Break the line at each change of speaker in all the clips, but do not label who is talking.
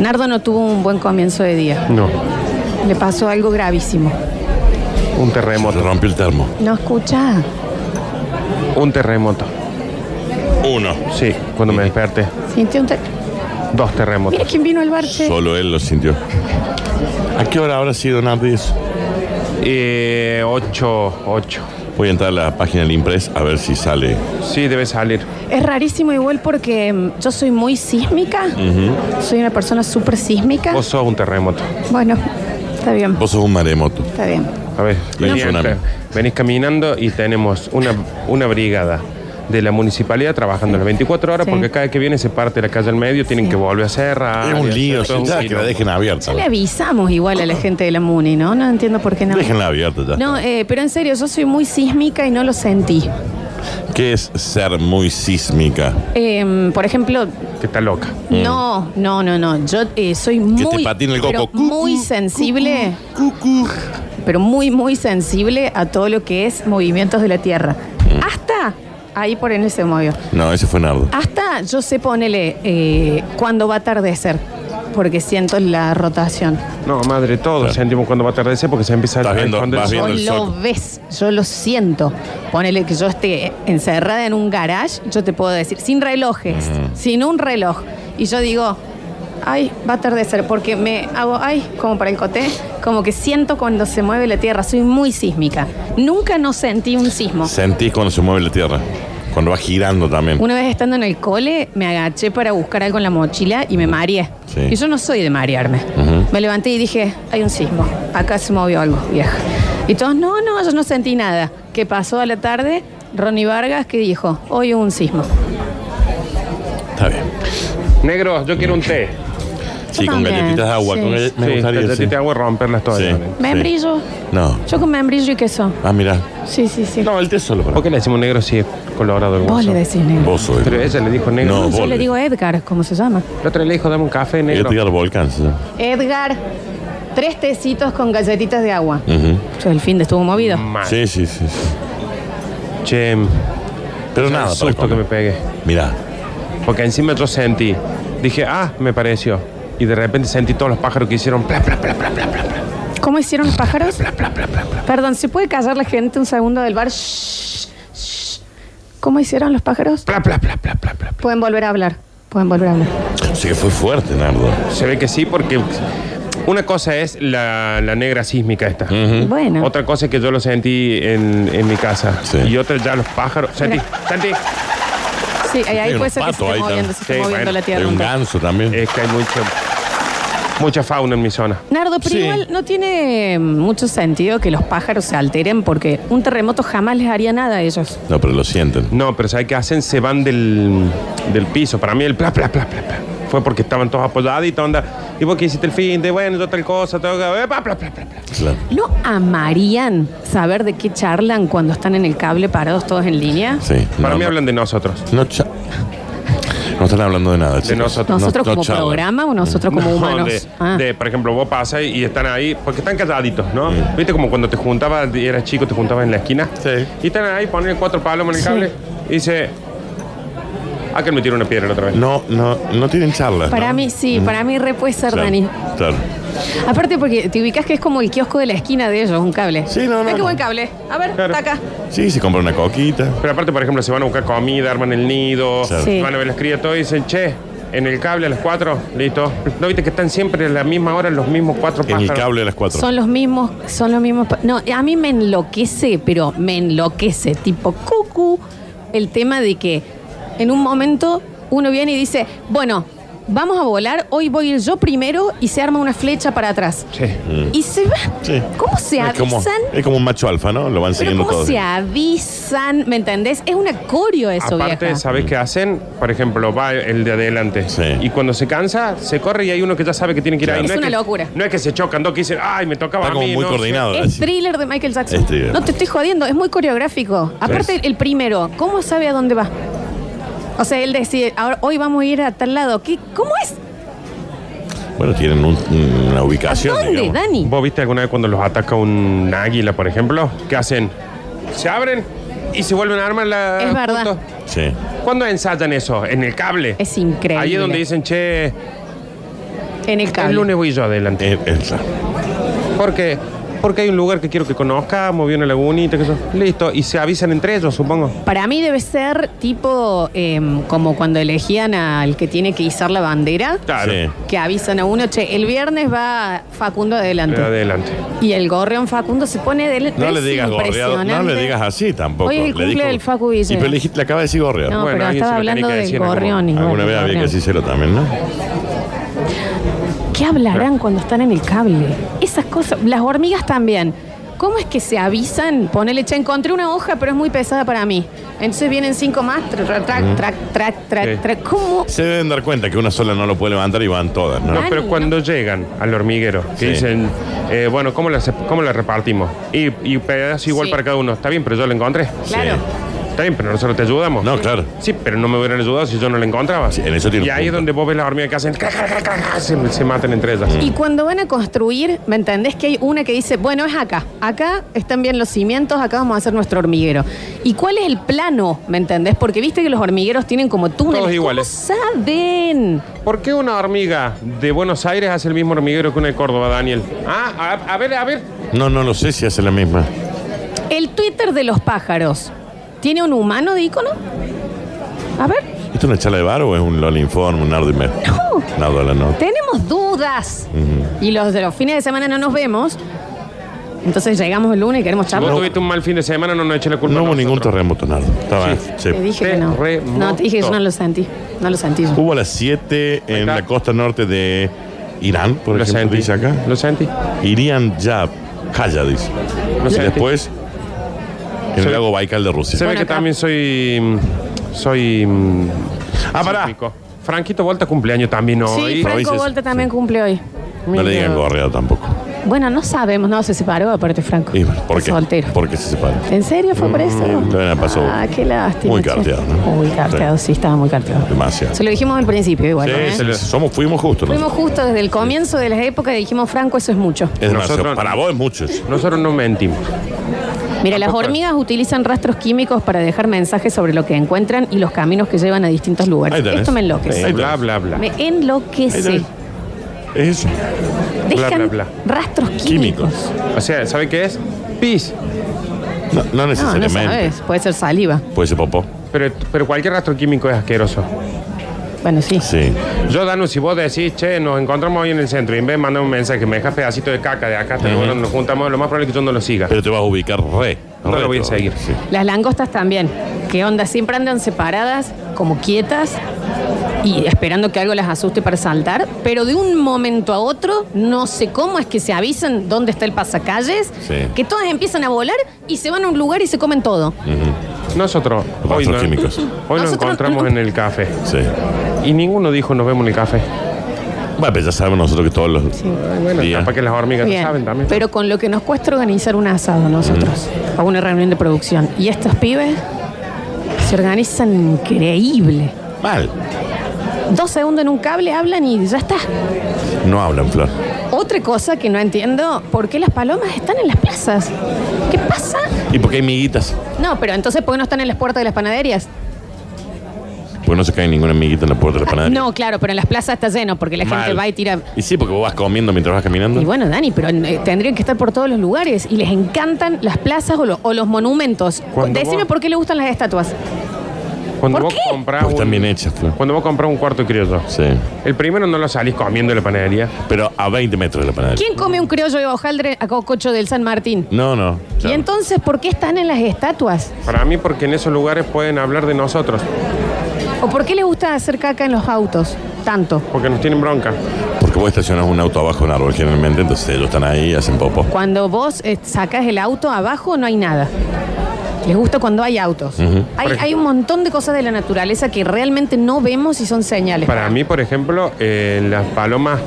Nardo no tuvo un buen comienzo de día.
No,
Le pasó algo gravísimo.
un
Se
terremoto.
rompió el termo.
No escucha.
Un terremoto.
Uno.
Sí, cuando me desperté.
Sintió un ter-
Dos
Mira
terremotos.
quién vino al barche.
Solo él lo sintió. ¿A qué hora habrá sido Nardis?
Eh, ocho, ocho.
Voy a entrar a la página del Impress a ver si sale.
Sí, debe salir.
Es rarísimo igual porque mm, yo soy muy sísmica. Soy una persona súper sísmica.
Vos sos un terremoto.
Bueno, está bien.
Vos sos un maremoto.
Está bien.
A ver,
Y un
venís,
tsunami.
venís caminando y tenemos una, una brigada de la municipalidad trabajando las 24 horas
Sí.
porque cada que viene se parte la calle al medio, tienen
Sí.
que volver a cerrar.
Es un lío,
Todo
sí,
un
ya que
quilombo.
la dejen abierta. pues.
Ya le avisamos igual a la gente de la MUNI, ¿no? No entiendo por qué no.
Déjenla abierta ya.
No, eh, pero en serio, yo soy muy sísmica y no lo sentí.
¿Qué es ser muy sísmica?
Em, por ejemplo,
Que está loca.
no, no, no, no. Yo eh, soy
Mm. te
muy,
patine el
pero
coco. Cu,
muy
cu,
sensible,
Cucu.
pero muy, muy sensible a todo lo que es movimientos de la Tierra.
Mm.
Hasta ahí por en ese movió.
No, ese fue Nardo.
Hasta yo sé ponele eh, cuándo va a atardecer, porque siento la rotación.
No, madre, todos
Claro.
sentimos cuando va a atardecer porque se empieza
Estás
a
viendo,
esconder
vas
el
Yo
viendo.
sol.
el
lo
sol.
ves, yo lo siento. Ponele que yo esté encerrada en un garage, yo te puedo decir, sin relojes,
Mm.
sin un reloj. Y yo digo, ay, va a atardecer, porque me hago, ay, como para el coté, como que siento cuando se mueve la tierra, soy muy sísmica. Nunca no sentí un sismo.
Sentís cuando se mueve la tierra. Cuando va girando también.
Una vez estando en el cole, me agaché para buscar algo en la mochila y me mareé.
Sí.
Y yo no soy de marearme.
Ujú.
Me levanté y dije, hay un sismo. Acá se movió algo, vieja. Y todos, no, no, yo no sentí nada. ¿Qué pasó a la tarde? Ronnie Vargas que dijo, hoy hubo un sismo.
Está bien.
Negro, yo quiero un té.
Sí, con
también,
galletitas de agua.
sí.
Con gallet-
Sí,
Me gustaría.
ya
sí.
te hago romperlas todas.
Sí.
Lorenzo.
Membrillo.
No.
Yo con membrillo y queso.
Ah, mira.
Sí, sí, sí.
No, el té solo para
¿Por qué le decimos negro si es colorado el
Vos
guaso?
le decís negro.
Vos soy.
Pero ella le dijo negro.
No,
Yo
vos
le
le-
digo Edgar, ¿cómo se llama?
La otra le dijo dame un café negro.
Edgar Volcán. sí.
Edgar, tres tecitos con galletitas de agua.
Ujú.
Yo el fin de estuvo movido.
Mal.
Sí, sí, sí. sí.
Che,
Pero
nada,
nada, para
susto
comer.
que me pegue.
Mirá.
Porque encima yo sentí. Dije, ah, me pareció. Y de repente sentí todos los pájaros que hicieron pla, pla, pla, pla, pla, pla, pla.
¿Cómo hicieron los pájaros? Perdón, ¿se puede callar la gente un segundo del bar? Shh, shh. ¿Cómo hicieron los pájaros?
Pla, pla, pla, pla, pla, pla.
Pueden volver a hablar. Pueden volver a hablar.
Sí que fue fuerte, Nardo.
Se ve que sí, porque una cosa es la, la negra sísmica esta.
¿Mm?
Bueno.
Otra cosa es que yo lo sentí en, en mi casa.
Sí.
Y otra ya los pájaros. Sentí, sentí.
Sí, ahí, ahí
Hay
puede
unos
ser que se
patos
esté
ahí
moviendo,
también.
se esté
Sí,
moviendo
bueno,
la
Hay
tierra.
un
un poco.
ganso también.
Es que hay mucho, mucha fauna en mi zona.
Nardo, pero
Sí.
igual no tiene mm, mucho sentido que los pájaros se alteren porque un terremoto jamás les haría nada a ellos.
No, pero lo sienten.
No, pero ¿sabes qué hacen? Se van del, del piso. Para mí el pla, pla, pla, pla, pla. Fue porque estaban todos apoyaditos, onda. ¿Y vos qué hiciste el fin de? Bueno, yo tal cosa, tengo que... eh, Pla, pla, pla, pla, pla.
Claro.
¿No amarían saber de qué charlan cuando están en el cable parados todos en línea?
Sí.
Para
no,
mí
no-
hablan de nosotros.
No, cha- no están hablando de nada, chicos.
nosotros.
¿Nosotros
No- no
como
charlan.
programa o nosotros como
No,
humanos?
de,
Ah.
de, por ejemplo, vos pasas y están ahí, porque están calladitos, ¿no? ¿Viste como cuando te juntabas, y eras chico, te juntabas en la esquina?
Sí.
Y están ahí, ponen cuatro palos en el
Sí.
cable y dice... Ah, que me tiró una piedra la otra vez.
No, no, no tienen charlas.
Para
¿no? Mm.
mí, sí, para mí re puede ser,
Claro,
Dani.
Claro.
Aparte porque te ubicas que es como el kiosco de la esquina de ellos, un cable.
Sí, no, no,
Ve qué
no.
buen cable. A ver,
Claro.
está acá.
Sí, se compra una coquita.
Pero aparte, por ejemplo, se van a buscar comida, arman el nido,
Claro.
Sí.
van a ver las crías, todo y dicen, che, en el cable a las 4, listo. ¿No viste que están siempre a la misma hora los mismos cuatro
En
pájaros?
el cable de las cuatro.
Son los mismos, son los mismos. pa- No, a mí me enloquece, pero me enloquece, tipo cucu, el tema de que en un momento uno viene y dice, bueno, vamos a volar, hoy voy a ir yo primero y se arma una flecha para atrás.
Sí.
Y se va.
Mm. Sí.
¿Cómo se
es como,
avisan?
es como un macho alfa, ¿no? Lo van
Pero
siguiendo
¿cómo
todos.
se avisan? ¿Me entendés? Es un acorio eso,
Aparte,
vieja.
¿sabes qué hacen? Por ejemplo, va el de adelante.
Sí.
Y cuando se cansa, se corre y hay uno que ya sabe que tiene que ir
Claro.
ahí.
Es una
que-
locura.
No es que se chocan dos que dicen, ay, me tocaba
Está
a
como
mí,
muy
no,
coordinado.
Es
así.
thriller de Michael Jackson.
Es thriller.
No te estoy jodiendo, es muy coreográfico. Aparte, el primero, ¿cómo sabe a dónde va? O sea, él decide, ahora, hoy vamos a ir a tal lado. ¿Qué, ¿Cómo es?
Bueno, tienen un- una ubicación.
¿Dónde,
digamos.
Dani?
¿Vos viste alguna vez cuando los ataca un águila, por ejemplo? ¿Qué hacen? Se abren y se vuelven a armar la.
Es verdad.
Sí.
¿Cuándo ensayan eso? En el cable.
Es increíble.
Ahí es donde dicen, che,
en el cable.
El lunes voy yo adelante.
Eh, esa.
¿Por qué? Porque hay un lugar que quiero que conozcamos, vi una lagunita, que eso. Listo. Y se avisan entre ellos, supongo.
Para mí debe ser tipo eh, como cuando elegían al que tiene que izar la bandera,
Claro.
Sí.
que avisan a uno, che, el viernes va Facundo adelante.
Adelante.
Y el gorreón Facundo se pone del
No le
es
digas gorreado, no
impresionante.
le digas así tampoco.
Hoy es el
Le
cumple
dijo-
del Facu Villa.
Y pero le, dijiste- le acaba de decir gorreado.
No,
Bueno,
pero
alguien se
estaba
lo tenía
hablando
que
del
decir en algún
gorreón igual,
Alguna
del
vez había que
gorreón.
decírselo también, ¿no?
¿Qué hablarán cuando están en el cable? Esas cosas. Las hormigas también. ¿Cómo es que se avisan? Ponele, che, encontré una hoja, pero es muy pesada para mí. Entonces vienen cinco más. Trac, trac, trac, trac,
Sí.
trac, trac. ¿Cómo?
Se deben dar cuenta que una sola no lo puede levantar y van todas, ¿no?
No,
Dani,
pero cuando llegan al hormiguero, que
Sí.
dicen, eh, bueno, ¿cómo la, sep- cómo la repartimos? Y, y pedazo igual
Sí.
para cada uno. Está bien, pero yo la encontré.
Claro.
Está bien, pero nosotros te ayudamos.
No, claro.
Sí, pero no me hubieran ayudado si yo no la encontraba.
Sí, en eso tiene
y
un
ahí es
punto.
donde vos ves las hormigas que hacen, cra, cra, cra, cra, cra, se, se matan entre ellas.
Y cuando van a construir, ¿me entendés? Que hay una que dice, bueno, es acá. Acá están bien los cimientos, acá vamos a hacer nuestro hormiguero. ¿Y cuál es el plano? ¿Me entendés? Porque viste que los hormigueros tienen como túneles.
Todos iguales.
¿Cómo saben?
¿Por qué una hormiga de Buenos Aires hace el mismo hormiguero que una de Córdoba, Daniel? Ah, a, a ver, a ver.
No, no lo sé si hace la misma.
El Twitter de los pájaros. ¿Tiene un humano de icono? A ver,
¿Esto es una charla de bar o es un LOL Inform, un Nardo y Mer?
No.
Nardo a la no.
tenemos dudas. Y los de los fines de semana no nos vemos. Entonces llegamos el lunes y queremos
Si vos
charlar.
tuviste un mal fin de semana, no nos eche la culpa.
No
a
hubo ningún
nosotros.
terremoto, Nardo. Estaba,
Sí.
sí.
Te dije que no.
Terremoto.
No, te dije que yo no lo sentí. No lo sentí.
Hubo a las 7 en
está.
la costa norte de Irán, por
Lo
ejemplo,
sentí.
dice acá.
Lo sentí.
Irían ya, Jaya, dice.
Lo
y
sentí.
después, en
Sí.
el lago Baikal de Rusia.
Se ve
Bueno,
que
acá-
también soy. mm, Soy. mm,
Ah, pará.
síndico. Franquito Volta cumpleaños también
Sí,
hoy.
Franco
Provises,
Volta también
sí.
cumple hoy.
No le digan gorreado tampoco.
Bueno, no sabemos, no, se separó aparte Franco.
Y bueno, ¿Por Mm,
Es
qué?
Soltero.
Porque se separan.
¿En serio fue por eso?
todavía no pasó.
Ah, qué lástima.
Muy
che.
carteado, ¿no?
Muy carteado, sí, estaba muy carteado.
Demasiado.
Se lo dijimos al principio igual.
Sí,
¿eh?
se le- somos, fuimos justos. ¿no?
Fuimos justo desde el comienzo de las épocas y dijimos, Franco, eso es mucho.
Es demasiado.
Nosotros-
Para vos es mucho.
Nosotros no mentimos.
Eh,
Mira, las
Tampoco es.
hormigas utilizan rastros químicos para dejar mensajes sobre lo que encuentran y los caminos que llevan a distintos lugares.
Ahí tenés.
Esto me enloquece.
Ahí
Bla, bla, bla.
Me
Ahí
enloquece.
tenés. Es eso.
Bla,
Dejan
bla,
rastros químicos.
Químicos.
O sea, ¿sabe qué es? Pis.
No, no
No, Ah, no
necesariamente.
sabes. Puede ser saliva.
Puede ser popó.
Pero, pero cualquier rastro químico es asqueroso.
Bueno, sí.
Sí.
Yo, Danu, si vos decís, che, nos encontramos hoy en el centro y en vez de mandar un mensaje, me dejas pedacito de caca de acá, hasta luego nos juntamos, lo más probable es que yo no lo siga.
Pero te vas a ubicar re.
No
re
lo voy a
todavía.
seguir.
Sí.
Las langostas también. ¿Qué onda? Siempre andan separadas, como quietas y esperando que algo las asuste para saltar, pero de un momento a otro, no sé cómo es que se avisan dónde está el pasacalles,
Sí.
que todas empiezan a volar y se van a un lugar y se comen todo.
Nosotros,
Los
hoy,
rastros
no-
químicos.
hoy nos
Nosotros-
encontramos en el café.
Sí.
Y ninguno dijo, nos vemos en el café.
Bueno, pero ya sabemos nosotros que todos los.
Ay, Bueno,
Bien.
capaz que las hormigas lo
Bien,
saben también.
pero con lo que nos cuesta organizar un asado nosotros, o una reunión de producción. Y estos pibes se organizan increíble.
Mal.
Dos segundos en un cable hablan y ya está.
No hablan, Flor.
Otra cosa que no entiendo, ¿por qué las palomas están en las plazas? ¿Qué pasa?
¿Y por qué hay miguitas?
No, pero entonces, ¿por qué no están en las puertas de las panaderías?
Porque no se cae ninguna miguita en la puerta de la panadería.
Ah, No, claro, pero en las plazas está lleno porque la
Mal.
gente va y tira.
Y sí, porque vos vas comiendo mientras vas caminando.
Y bueno, Dani, pero eh, tendrían que estar por todos los lugares y les encantan las plazas o, lo- o los monumentos.
Cuando
Decime
vos-
por qué le gustan las estatuas.
Cuando
¿Por
vos
qué?
compras
Porque Pues están
un-
bien hechas, Flor.
Cuando vos compras un cuarto criollo,
Sí.
el primero no lo salís comiendo en la panadería.
Pero a 20 metros de la panadería.
¿Quién come un criollo de hojaldre a cococho del San Martín?
No, no.
Y entonces, ¿por qué están en las estatuas?
Para mí, porque en esos lugares pueden hablar de nosotros,
¿O por qué les gusta hacer caca en los autos? Tanto.
porque nos tienen bronca.
Porque vos estacionas un auto abajo de un árbol generalmente, entonces ellos están ahí y hacen popo.
Cuando vos eh, sacás el auto abajo no hay nada. Les gusta cuando hay autos. hay,
Por ejemplo.
hay un montón de cosas de la naturaleza que realmente no vemos y son señales.
Para mí, por ejemplo, eh, las palomas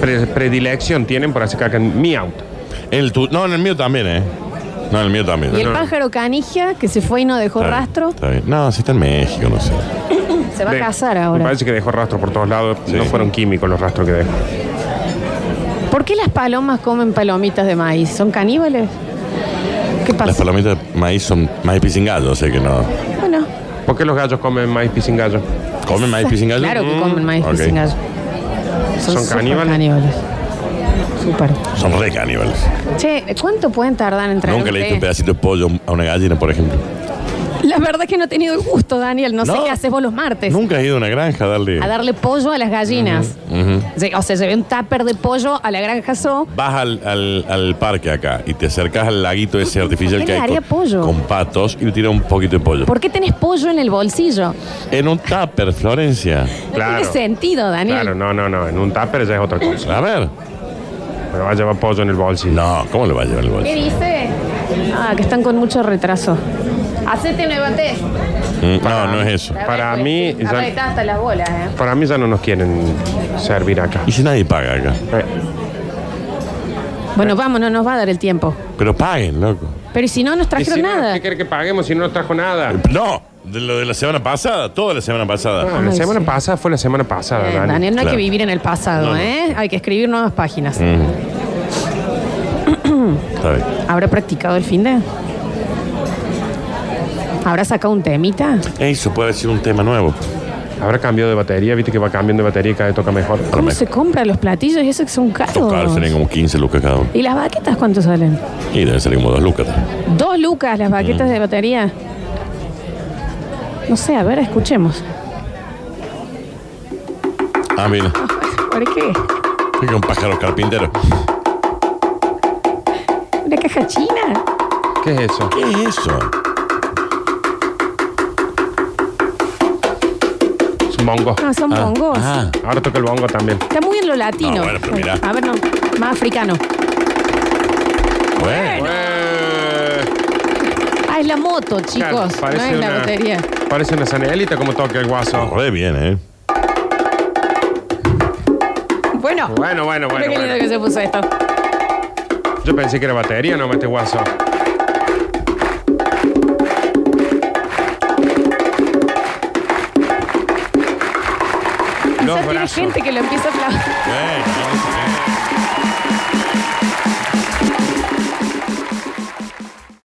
pre- predilección tienen por hacer caca en mi auto.
En el tu- no, en el mío también, ¿eh? No, en el mío también.
y el
No, no.
pájaro canija que se fue y no dejó
Está bien,
rastro,
Está bien. No, si está en México, no sé.
se va
De-
a casar
Me
ahora.
parece que dejó rastro por todos lados.
Sí.
No fueron químicos los rastros que dejó.
¿Por qué las palomas comen palomitas de maíz? ¿Son caníbales? ¿Qué
Las
pasa?
palomitas de maíz son maíz pisingallo, o sea que no.
Bueno,
¿Por qué los gallos comen maíz pisingallo?
¿Comen maíz pisingallo?
claro que
Mm,
comen maíz
ok.
pisingallo.
¿Son
súper
caníbales?
caníbales. Súper.
Son re caníbales.
Che, ¿cuánto pueden tardar en traer?
Nunca le diste un
un té?
pedacito de pollo a una gallina, por ejemplo.
La verdad es que no he tenido el gusto, Daniel. No, sé
No.
qué haces vos los martes.
Nunca has ido a una granja a darle.
A darle pollo a las gallinas. Lle- O sea, llevé un tupper de pollo a la granja So.
Vas al, al- al parque acá y te acercas al laguito ese
Ah,
artificial
¿Por qué
que
le
hay
daría
con,
pollo?
con patos y le tiras un poquito de pollo.
¿Por qué tenés pollo en el bolsillo?
En un tupper, Florencia.
No
Claro.
tiene sentido, Daniel.
Claro, no, no, no. En un tupper ya es otra cosa.
A ver.
Me va a llevar pollo en el bolsillo.
No, ¿cómo le va a llevar el
¿Qué
bolso?
dice? Ah, que están con mucho retraso. Hacete nueva té.
Mm, No, no es eso.
Para
Aparte,
mí,
sí,
ya-
pues, apretá hasta las bolas, ¿eh?
Para mí ya no nos quieren servir acá.
Y si nadie paga acá.
Eh,
Bueno, vamos, no nos va a dar el tiempo.
Pero paguen, loco.
Pero ¿y si no nos
¿y
trajeron
si no,
nada.
¿Qué quiere que paguemos si no nos trajo nada?
No, de lo de la semana pasada, toda la semana pasada.
Ah, la
Ay,
semana
sí.
pasada fue la semana pasada,
Eh,
Dani.
Daniel, no hay
claro.
que vivir en el pasado,
No, no.
¿eh? Hay que escribir nuevas páginas.
Mm.
Está bien.
¿Habrá practicado el fin de? ¿Habrá sacado un temita?
Eso puede ser un tema nuevo.
Habrá cambiado de batería, viste que va cambiando de batería y cada vez toca mejor.
¿Cómo
mejor.
se compran los platillos y eso que son caros?
Tocar, serían como 15 lucas cada uno.
¿Y las baquetas cuánto salen?
Y deben salir como dos lucas.
Dos lucas las baquetas de batería. No sé, a ver, escuchemos.
Ah, mira.
¿Por qué?
Fíjate un pájaro carpintero.
¿Una caja china?
¿Qué es eso?
¿Qué es eso?
Es un bongo.
No, son
Ah,
bongos.
ah.
Ahora toca el bongo también.
Está muy en lo latino.
No, bueno, pero mirá.
A ver, no, más africano.
Bueno.
Eh,
Ah, es la moto,
claro,
chicos. no es la batería.
Parece una sanelita como toca el guaso.
Re bien, ¿eh?
Bueno,
Bueno,
mira
bueno, bueno.
qué lindo
bueno.
que se puso esto.
Yo pensé que era batería, no este guaso.
Quizás tiene
brazos.
gente que lo empieza a aplaudir.
Bueno.